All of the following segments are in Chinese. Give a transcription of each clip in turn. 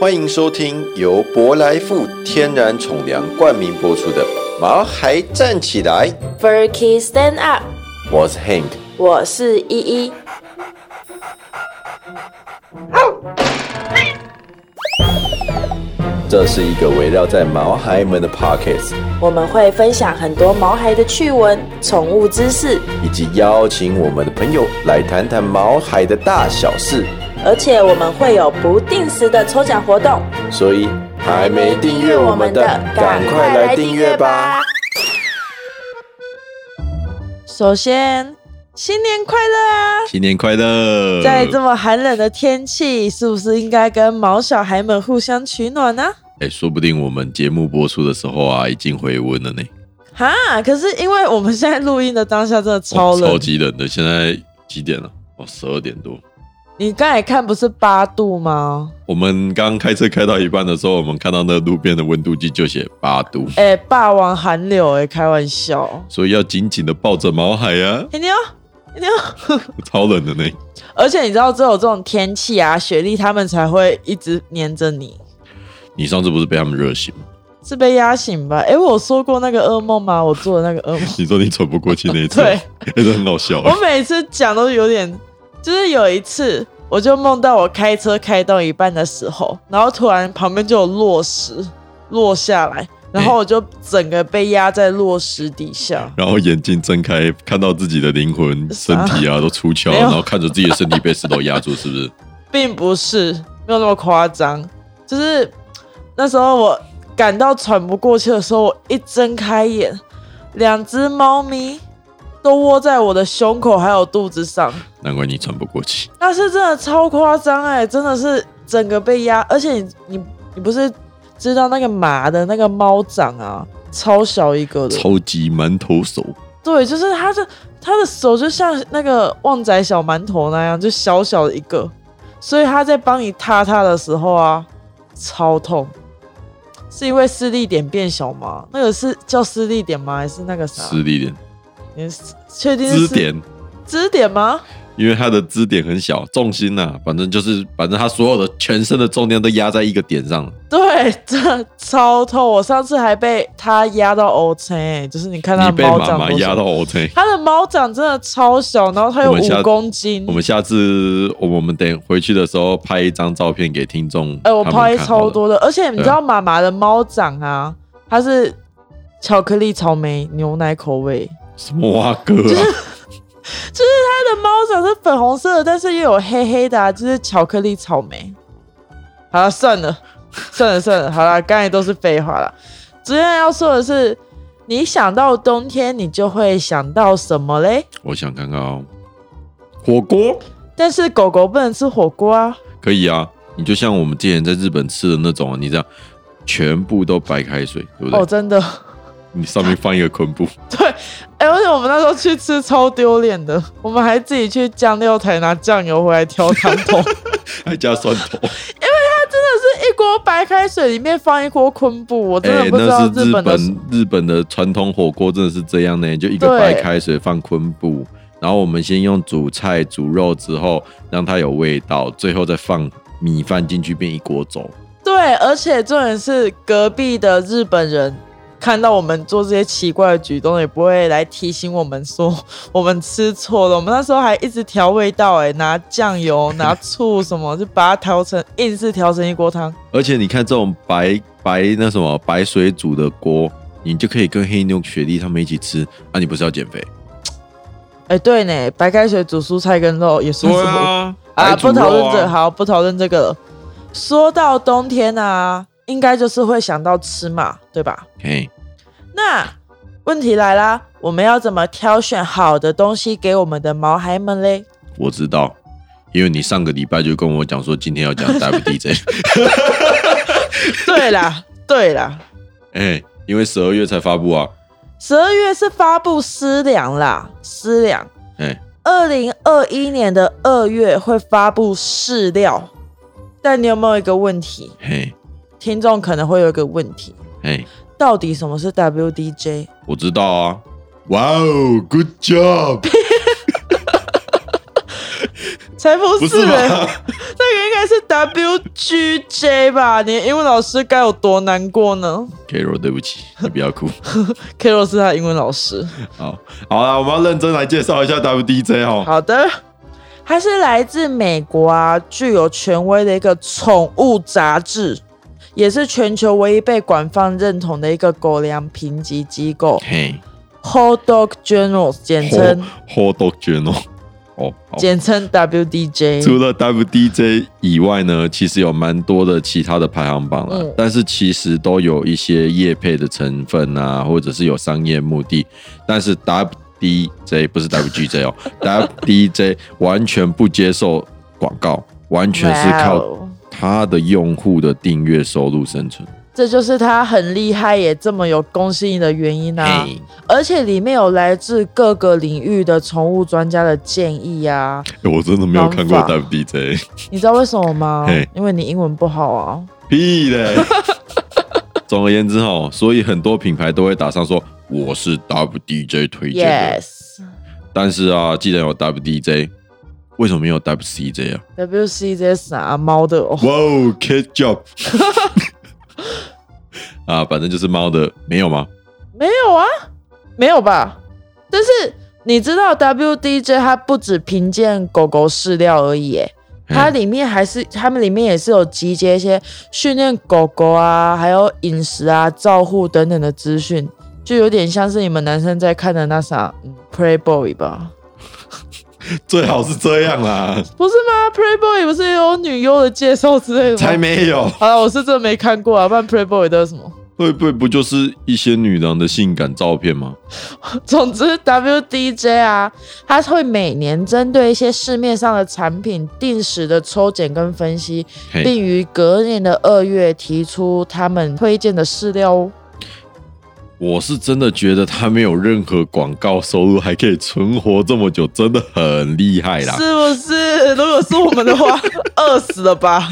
欢迎收听由博莱富天然宠粮冠名播出的《毛孩站起来》， f u r k y Stand Up，我是 Hank。我是依依。这是一个围绕在毛孩们的 Pockets，我们会分享很多毛孩的趣闻、宠物知识，以及邀请我们的朋友来谈谈毛孩的大小事。而且我们会有不定时的抽奖活动。所以还没订阅我们的，赶快来订阅吧！！首先，新年快乐啊！新年快乐！在这么寒冷的天气，是不是应该跟毛小孩们互相取暖啊呢、哎，说不定我们节目播出的时候啊，已经回温了呢。哈，可是因为我们现在录音的当下真的超哦冷超，级冷的，现在几点了？哦，十二点多。你刚才看不是八度吗？我们刚开车开到一半的时候，我们看到那路边的温度计就写八度，哎、霸王寒流哎、开玩笑，所以要紧紧的抱着毛海啊，哎、妞哎妞，超冷的呢。而且你知道只有这种天气啊，雪莉他们才会一直黏着你，你上次不是被他们热醒吗？是被压醒吧？哎、我有说过那个噩梦吗？我做的那个噩梦， 你说你喘不过气那一次， 对，那真的很好笑啊我。每次讲都有点，就是有一次，我就梦到我开车开到一半的时候，然后突然旁边就有落石落下来，然后我就整个被压在落石底下。然后眼睛睁开，看到自己的灵魂、身体啊都出窍，没有然后看着自己的身体被石头压住，是不是？并不是没有那么夸张，就是那时候我感到喘不过气的时候，我一睁开眼，两只猫咪都窝在我的胸口还有肚子上，难怪你喘不过 气。那是真的超夸张哎，真的是整个被压，而且你你你不是知道那个麻的那个猫掌啊，超小一个的，超级馒头手，对，就是它的它的手就像那个旺仔小馒头那样，就小小的一个，所以它在帮你踏踏的时候啊，超痛。是因为视力点变小吗？那个是叫视力点吗？还是那个啥？吃力啊点，你是确定是支点，支点吗？因为它的支点很小，重心呐、反正就是，反正它所有的全身的重量都压在一个点上了。对，这超痛！我上次还被它压到 O C，、就是你看它你的被猫妈掌妈多压小到 OK。它的猫掌真的超小，然后它有我们下五公斤我。们下次我我们等回去的时候拍一张照片给听众。哎、我他们看拍好超了。多的，而且你对啊知道妈妈的猫掌啊，它是巧克力、草莓、牛奶口味，什么蛙哥啊？ 它的猫掌是粉红色的，但是又有黑黑的、啊，就是巧克力、草莓。好了，算了，算了，算了，好了，刚才都是废话了。主要要说的是，你想到冬天，你就会想到什么嘞？我想看看哦，火锅但是狗狗不能吃火锅啊，可以啊，你就像我们之前在日本吃的那种啊，你这样全部都白开水，对不对？哦，真的。你上面放一个昆布， 哎、而且我们那时候去吃超丢脸的，我们还自己去酱料台拿酱油回来挑 汤头，就还加蒜头，是一锅白开水里面放一锅昆布，我真的不知道哎那是日本的。本日本的传统火锅真的是这样呢，就一个对白开水放昆布，然后我们先用煮菜煮肉之后让它有味道，最后再放米饭进去变一锅粥。对，而且重点是隔壁的日本人看到我们做这些奇怪的举动，也不会来提醒我们说我们吃错了。我们那时候还一直调味道、哎，拿酱油、拿醋什么，就把它调成硬是调成一锅汤。而且你看这种白白那什么白水煮的锅，你就可以跟黑妞、雪莉他们一起吃啊！你不是要减肥？哎、对呢，白开水煮蔬菜跟肉也是什么？白啊，煮不肉讨论这个，好，不讨论这个了。说到冬天啊，应该就是会想到吃嘛，对吧？嘿，那问题来啦，我们要怎么挑选好的东西给我们的毛孩们 嘞？我知道，因为你上个礼拜就跟我讲说今天要 讲 WDJ，对啦，对啦，哎、因为十二月才发布啊，十二月是发布私粮啦，私粮。哎、二零二一年的二月会发布饲料，但你有没有一个问题？嘿，听众可能会有一个问题，嘿，到底什么是 WDJ？哎我知道啊，哇哦，Good job，才不不是是嘞！ 吗？那个应该是 W G J 吧？你的英文老师该有多难过呢 k r o 对不起，你不要哭。 k a r o 是他的英文老师。好，好啦，我们要认真来介绍一下 WDJ 哦。好的，它是来自美国啊，具有权威的一个宠物杂志，也是全球唯一被官方认同的一个狗粮评级机构嘿， ，Whole Dog Journal，简火称火豆卷哦。哦，好简称除 WDJ。了 WDJ 以外呢，其实有蛮多的其他的排行榜了，嗯但是其实都有一些业配的成分啊，或者是有商业目的。但是 WDJ 不是 WGJ 哦，WDJ 完全不接受广告，完全是哇靠哦它的用户的订阅收入生存。这就是它很厉害，也这么有公信力的原因啊！嘿而且里面有来自各个领域的宠物专家的建议啊，欸我真的没有看过方法 WDJ，你知道为什么吗嘿？因为你英文不好啊。 屁 嘞！总而言之哦，所以很多品牌都会打上说我是 WDJ 推荐的。 Yes。但是啊，既然有 WDJ，为什么没有 WCJ 啊？ WCJ 傻猫的哦，哇哦，Kid Job 啊，反正就是猫的，没有吗？没有啊，没有吧？但是你知道 WDJ 它不只评鉴狗狗饲料而已，诶，它里面还是他们里面也是有集结一些训练狗狗啊，还有饮食啊、照护等等的资讯，就有点像是你们男生在看的那啥、嗯、Playboy 吧？最好是这样啦，不是吗？Playboy 不是也有女优的介绍之类的才吗？没有。好了，我是真的没看过啊，不然 Playboy 都是什么？ 会不会不就是一些女郎的性感照片吗？总之，WDJ 啊，它会每年针对一些市面上的产品定时的抽检跟分析，嘿，并于隔年的二月提出他们推荐的饲料哦。我是真的觉得他没有任何广告收入，还可以存活这么久，真的很厉害啦。是不是？如果是我们的话， 饿死了吧？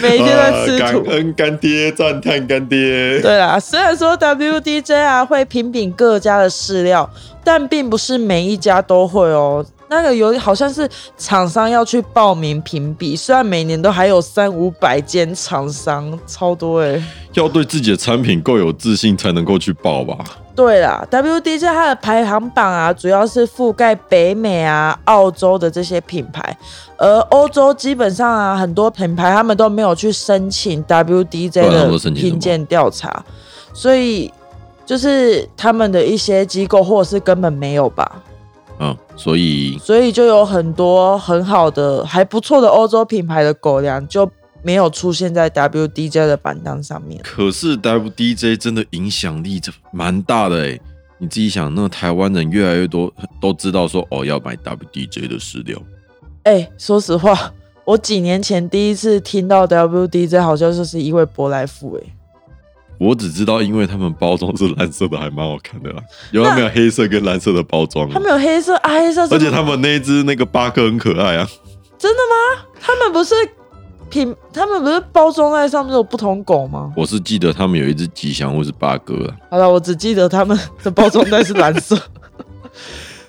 每天在吃呃感土。恩干爹，赞叹干爹。对啦，虽然说 WDJ 啊会评比各家的饲料，但并不是每一家都会哦。那个有好像是厂商要去报名评比，虽然每年都还有三五百间厂商，超多哎、要对自己的产品够有自信，才能够去报吧。对啦，WDJ 它的排行榜啊，主要是覆盖北美啊、澳洲的这些品牌，而欧洲基本上啊，很多品牌他们都没有去申请 WDJ 对啊他们的都申请什么评鉴调查，所以就是他们的一些机构或者是根本没有吧，嗯，所以所以就有很多很好的、还不错的欧洲品牌的狗粮就没有出现在 WDJ 的榜单上面。可是 WDJ 真的影响力这蛮大的哎、你自己想，那台湾人越来越多都知道说哦要买 WDJ 的饲料，哎、说实话，我几年前第一次听到 WDJ，好像就是一位舶来富哎、我只知道因为他们包装是蓝色的，还蛮好看的啦。啊有他们有黑色跟蓝色的包装啊他，们有黑色啊，黑色是而且他们那一只那个巴克很可爱啊。真的吗？他们不是品，他们不是包装在上面有不同狗吗？我是记得他们有一只吉祥物是八哥啊，好了，我只记得他们的包装袋是蓝色。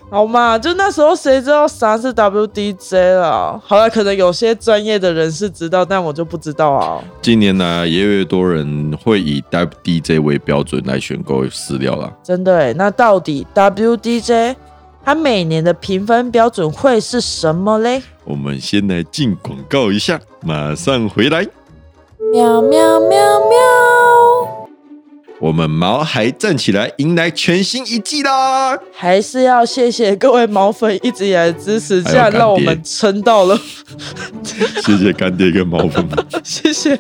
好嘛，就那时候谁知道啥是 WDJ 啦？好了，可能有些专业的人士知道，但我就不知道啊。近年来也越来越多人会以 WDJ 为标准来选购饲料啦。真的哎，那到底 WDJ 它每年的评分标准会是什么嘞？我们先来进广告一下，马上回来。喵喵喵喵，我们毛孩站起来，迎来全新一季 啦！还是要谢谢各位毛粉一直以来的支持，还竟有干然爹让我们撑到了， 谢谢干爹跟毛粉，谢谢，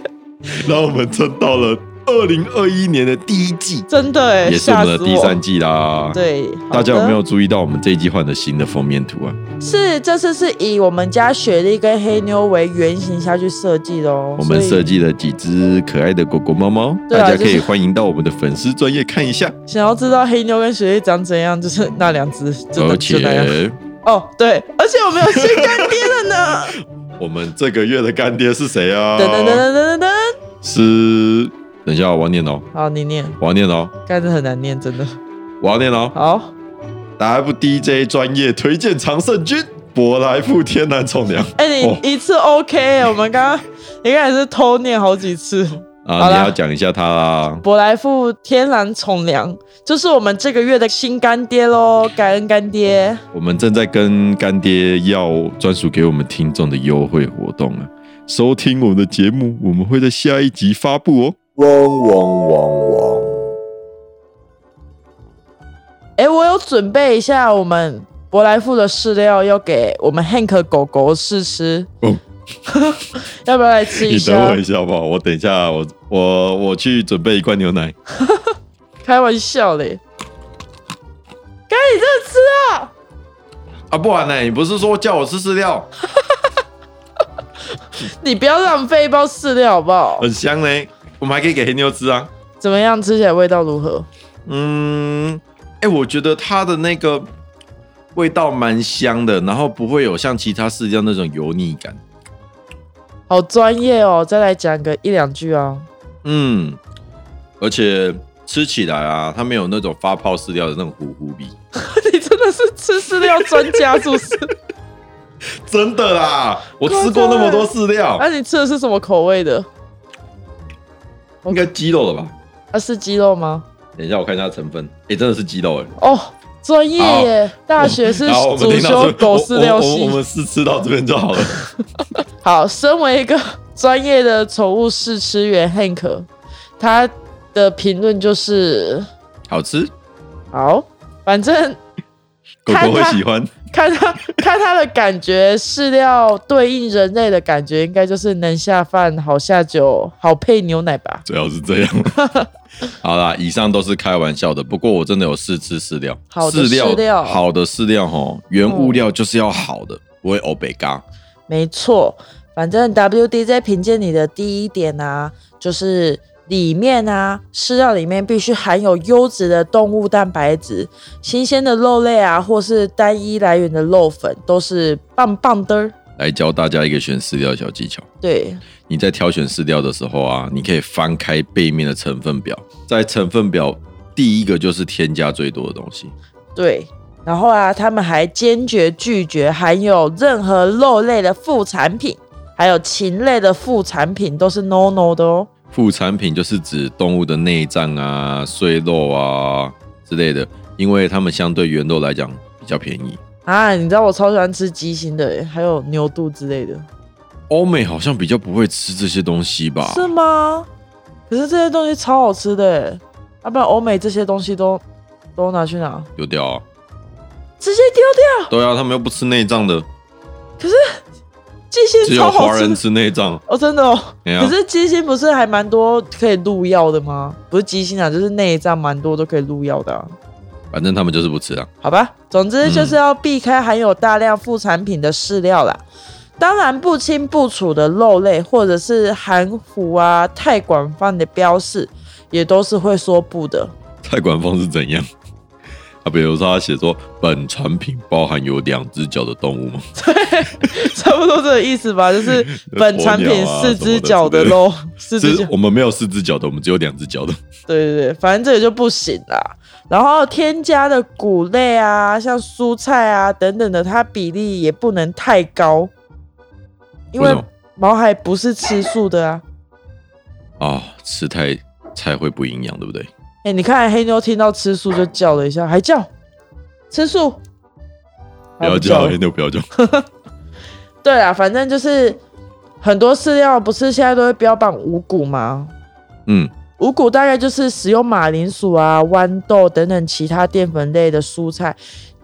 让我们撑到了二零二一年的第一季，真的哎，也是我吓们死的第三季啦。，对，大家好有的没有注意到我们这一季换的新的封面图啊？是这次是以我们家雪莉跟黑妞为原型下去设计的哦，我们所设以计了几只可爱的狗狗、猫猫，对啊大家可就以是欢迎到我们的粉丝专业看一下。想要知道黑妞跟雪莉长怎样，就是那两只，真而的啊就那样。且哦，对，而且我们有新干爹了 呢，我们这个月的干爹是谁啊？噔噔噔噔噔噔噔，是，等一下我要念哦，好，你念，我要念哦，干的很难念，真的，我要念哦。好， WDJ 专业推荐常胜军。舶来富天然宠粮。哎、你哦一次 OK，、我们刚刚你刚才是偷念好几次。啊，好你啦要讲一下他啦。舶来富天然宠粮就是我们这个月的新干爹喽，嗯感恩干爹。我们正在跟干爹要专属给我们听众的优惠活动啊！收听我们的节目，我们会在下一集发布哦。嗡嗡嗡嗡。哎、我有准备一下我们舶来富的饲料，要给我们 Hank 狗狗试吃。哦 要不要来吃一你等我下一？下好不好？我等一下，我我我去准备一罐牛奶。开玩笑嘞！该你这个吃啊！啊，不然呢、你不是说叫我吃饲料，你不要浪费一包饲料好不好？很香呢？我们还可以给黑妞吃啊。怎么样？吃起来味道如何？嗯，哎、我觉得它的那个味道蛮香的，然后不会有像其他饲料那种油腻感。好专业哦！再来讲个一两句 啊。嗯，而且吃起来啊，它没有那种发泡饲料的那种糊糊味。你真的是吃饲料专家是不是？真的啦，我吃过那么多饲料那、，你吃的是什么口味的？应该鸡肉了吧？啊，是鸡肉吗？等一下，我看一下成分。哎、真的是鸡肉哎、哦，专业耶！大学是好，我们主听到修这狗饲料我我我我系。们是吃到这边就好了。好，身为一个专业的宠物试吃员 Hank，他的评论就是好吃，好，反正狗看狗会它喜欢。看他 看他的感觉，饲料对应人类的感觉，应该就是能下饭、好下酒、好配牛奶吧。最好是这 样。好啦，以上都是开玩笑的。不过我真的有试吃饲料，好的饲料嗯好的饲料吼，原物料就是要好的，不会欧北嘎。没错，反正 WD 在评鉴你的第一点啊，就是里面啊，饲料里面必须含有优质的动物蛋白质，新鲜的肉类啊，或是单一来源的肉粉，都是棒棒的儿。来教大家一个选饲料的小技巧。对，你在挑选饲料的时候啊，你可以翻开背面的成分表，在成分表第一个就是添加最多的东西。对，然后啊，他们还坚决拒绝含有任何肉类的副产品，还有禽类的副产品都是 no no 的哦。副产品就是指动物的内脏啊、碎肉啊之类的，因为它们相对原肉来讲比较便宜。啊，你知道我超喜欢吃鸡心的耶，还有牛肚之类的，欧美好像比较不会吃这些东西吧？是吗？可是这些东西超好吃的耶，要、不然欧美这些东西都都拿去哪？丢掉啊！直接丢掉。对啊，他们又不吃内脏 的，鸡只心有超华好吃人的吃内脏。哦，真的哦。哎呀可，是鸡心不是还蛮多可以入药的吗？不是鸡心啊，就是内脏蛮多都可以入药的、啊。反正他们就是不吃啊。好吧，总之就是要避开含有大量副产品的饲料啦。当然，不清不楚的肉类或者是含糊啊、太广泛的标示，也都是会说不的。菜馆方是怎样？ 啊，比如说他写说本产品包含有两只脚的动物吗？ 差不多这个意思 吧，就是本产品四只脚的啊肉， 四就只是脚，我们没有四只脚的，我们只有两只脚的。对对对，反正这个就不行啦。然后添加的谷类啊，像蔬菜啊等等的，它比例也不能太高，因为为什么毛孩不是吃素的啊。啊，吃太菜会不营养，对不对？哎、你看黑妞听到吃素就叫了一下，还叫吃素，不要还叫，了黑牛不要叫。对啊，反正就是很多饲料不是现在都会标榜五谷吗？嗯，五谷大概就是使用马铃薯啊、豌豆等等其他淀粉类的蔬菜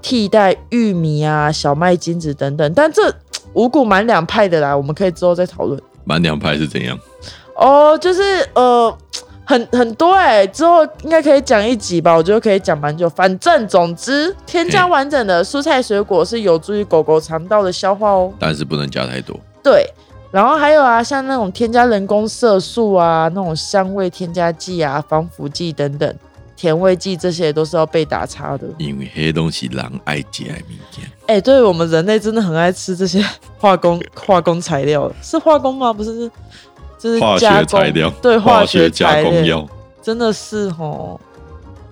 替代玉米啊、小麦精子等等，但这五谷蛮两派的啦，我们可以之后再讨论。满两派是怎样？ 哦，就是呃，很很多哎、之后应该可以讲一集吧，我觉得可以讲蛮久。反正总之，添加嗯完整的蔬菜水果是有助于狗狗肠道的消化哦。但是不能加太多。对，然后还有啊，像那种添加人工色素啊、那种香味添加剂啊、防腐剂等等、甜味剂这些都是要被打叉的。因为黑东西狼爱解爱民间，哎、对我们人类真的很爱吃这些化工化工材料，是化工吗？不是，是就是化加学工材料，对化学加材工料药，真的是哦，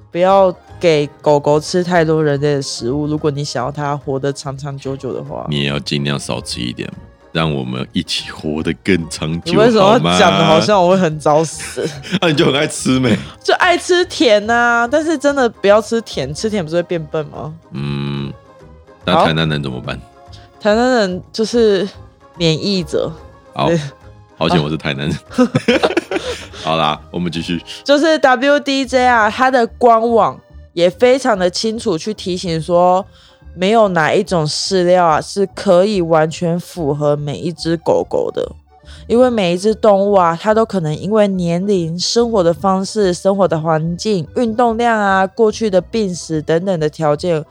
不要给狗狗吃太多人类的食物，如果你想要它活得长长久久的话，你也要尽量少吃一点，让我们一起活得更长久，你为什么好吗讲的好像我会很早死？那、你就很爱吃没？就爱吃甜呐、但是真的不要吃甜，吃甜不是会变笨吗？嗯，那好台南人怎么办？台南人就是免疫者，好对，好险我是台南人。啊 好啦，我们继续。就是 WDJ 啊，它的官网也非常的清楚去提醒说，没有哪一种饲料啊是可以完全符合每一只狗狗的，因为每一只动物啊，它都可能因为年龄、生活的方式、生活的环境、运动量啊、过去的病史等等的条件，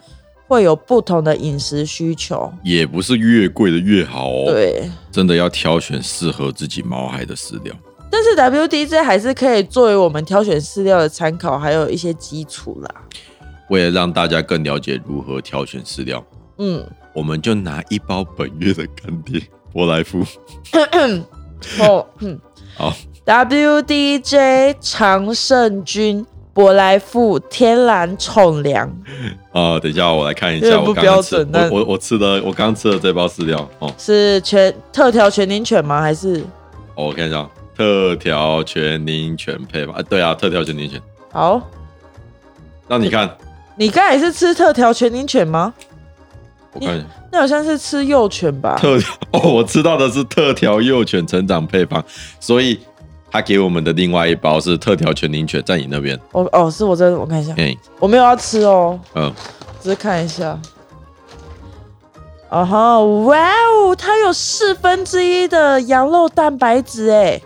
会有不同的饮食需求。也不是越贵的越好哦，，对，真的要挑选适合自己毛孩的饲料。但是 WDJ 还是可以作为我们挑选饲料的参考，还有一些基础啦。为了让大家更了解如何挑选饲料，嗯，我们就拿一包本月的干爹伯莱夫，哦，嗯，好 WDJ 常胜军伯莱富天然宠粮，啊、等一下我来看一有下，点不我刚刚吃，标准但我我我吃的，我刚吃的这包饲料哦，是全特调全龄犬吗？还是哦，我看一下，特调全龄犬配吧，啊，对啊，特调全龄犬，好？让你看，你刚才是吃特调全龄犬吗？我看一下。那好像是吃幼犬吧？特 哦，我知道的是特调幼犬成长配方，所以他给我们的另外一包是特调全龄犬，在你那边。我哦，是我这我看一下，哎、我没有要吃哦，嗯，只是看一下。哦吼，哇哦，它有四分之一的羊肉蛋白质哎，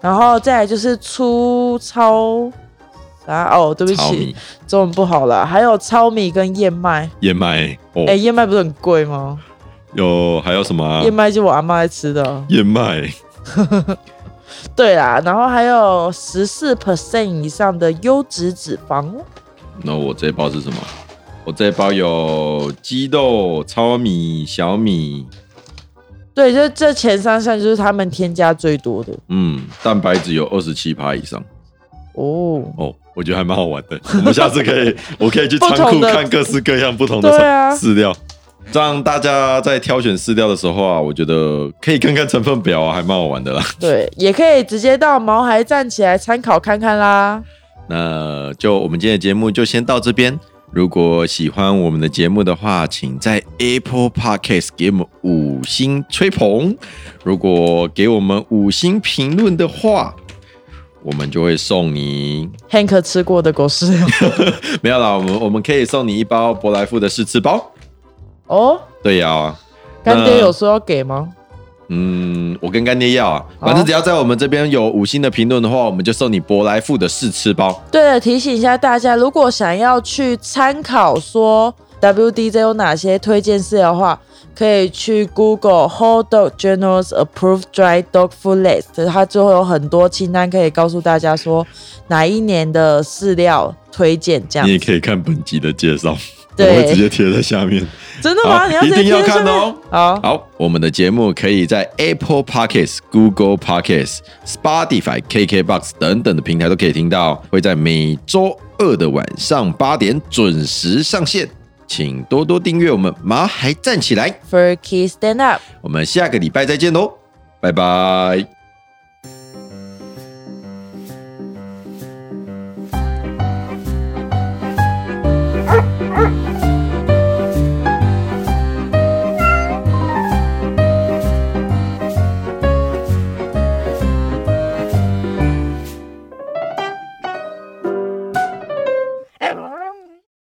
然后再来就是粗糙啥哦，对不糙起米、，中文不好啦，还有糙米跟燕麦，燕麦，哦，哎、燕麦不是很贵吗？有还有什么啊、燕麦就我阿妈在吃的哦，燕麦，对啦，然后还有十四 percent 以上的优质脂肪，哦那我这包是什么？我这包有鸡肉、糙米、小米，对，就这前三项就是他们添加最多的嗯，蛋白质有二十七趴以上。哦。哦，我觉得还蛮好玩的。我们下次可 以，我可以去仓不同库的看各式各样不同的对啊饲料，让大家在挑选饲料的时候啊，我觉得可以看看成分表啊，还蛮好玩的啦。 对，也可以直接到毛孩站起来参考看看啦。那就我们今天的节目就先到这边。如果喜欢我们的节目的话，请在 Apple Podcast 给我们五星吹捧。如果给我们五星评论的话，我们就会送你 Hank 吃过的狗饲料没有啦，我们我们可以送你一包伯莱富的试吃包。 哦，对啊呀、干爹那有说要给吗？嗯，我跟干爹要啊，好反正只要在我们这边有五星的评论的话，我们就送你博莱富的试吃包。对了，提醒一下大家，如果想要去参考说 WDJ 有哪些推荐饲料的话，可以去 Google Whole Dog Journal's Approved Dry Dog Food List，它就会有很多清单可以告诉大家说哪一年的饲料推荐这样你。也可以看本集的介绍，我对会直接贴在下 面。真的吗？好你要直接一定要贴在看上面哦好，好，我们的节目可以在 Apple Podcasts、Google Podcasts、Spotify、KKBox 等等的平台都可以听到，会在每周二的晚上八点准时上线，请多多订阅我们麻还站起来， ，Fur Key Stand Up。我们下个礼拜再见喽，拜拜。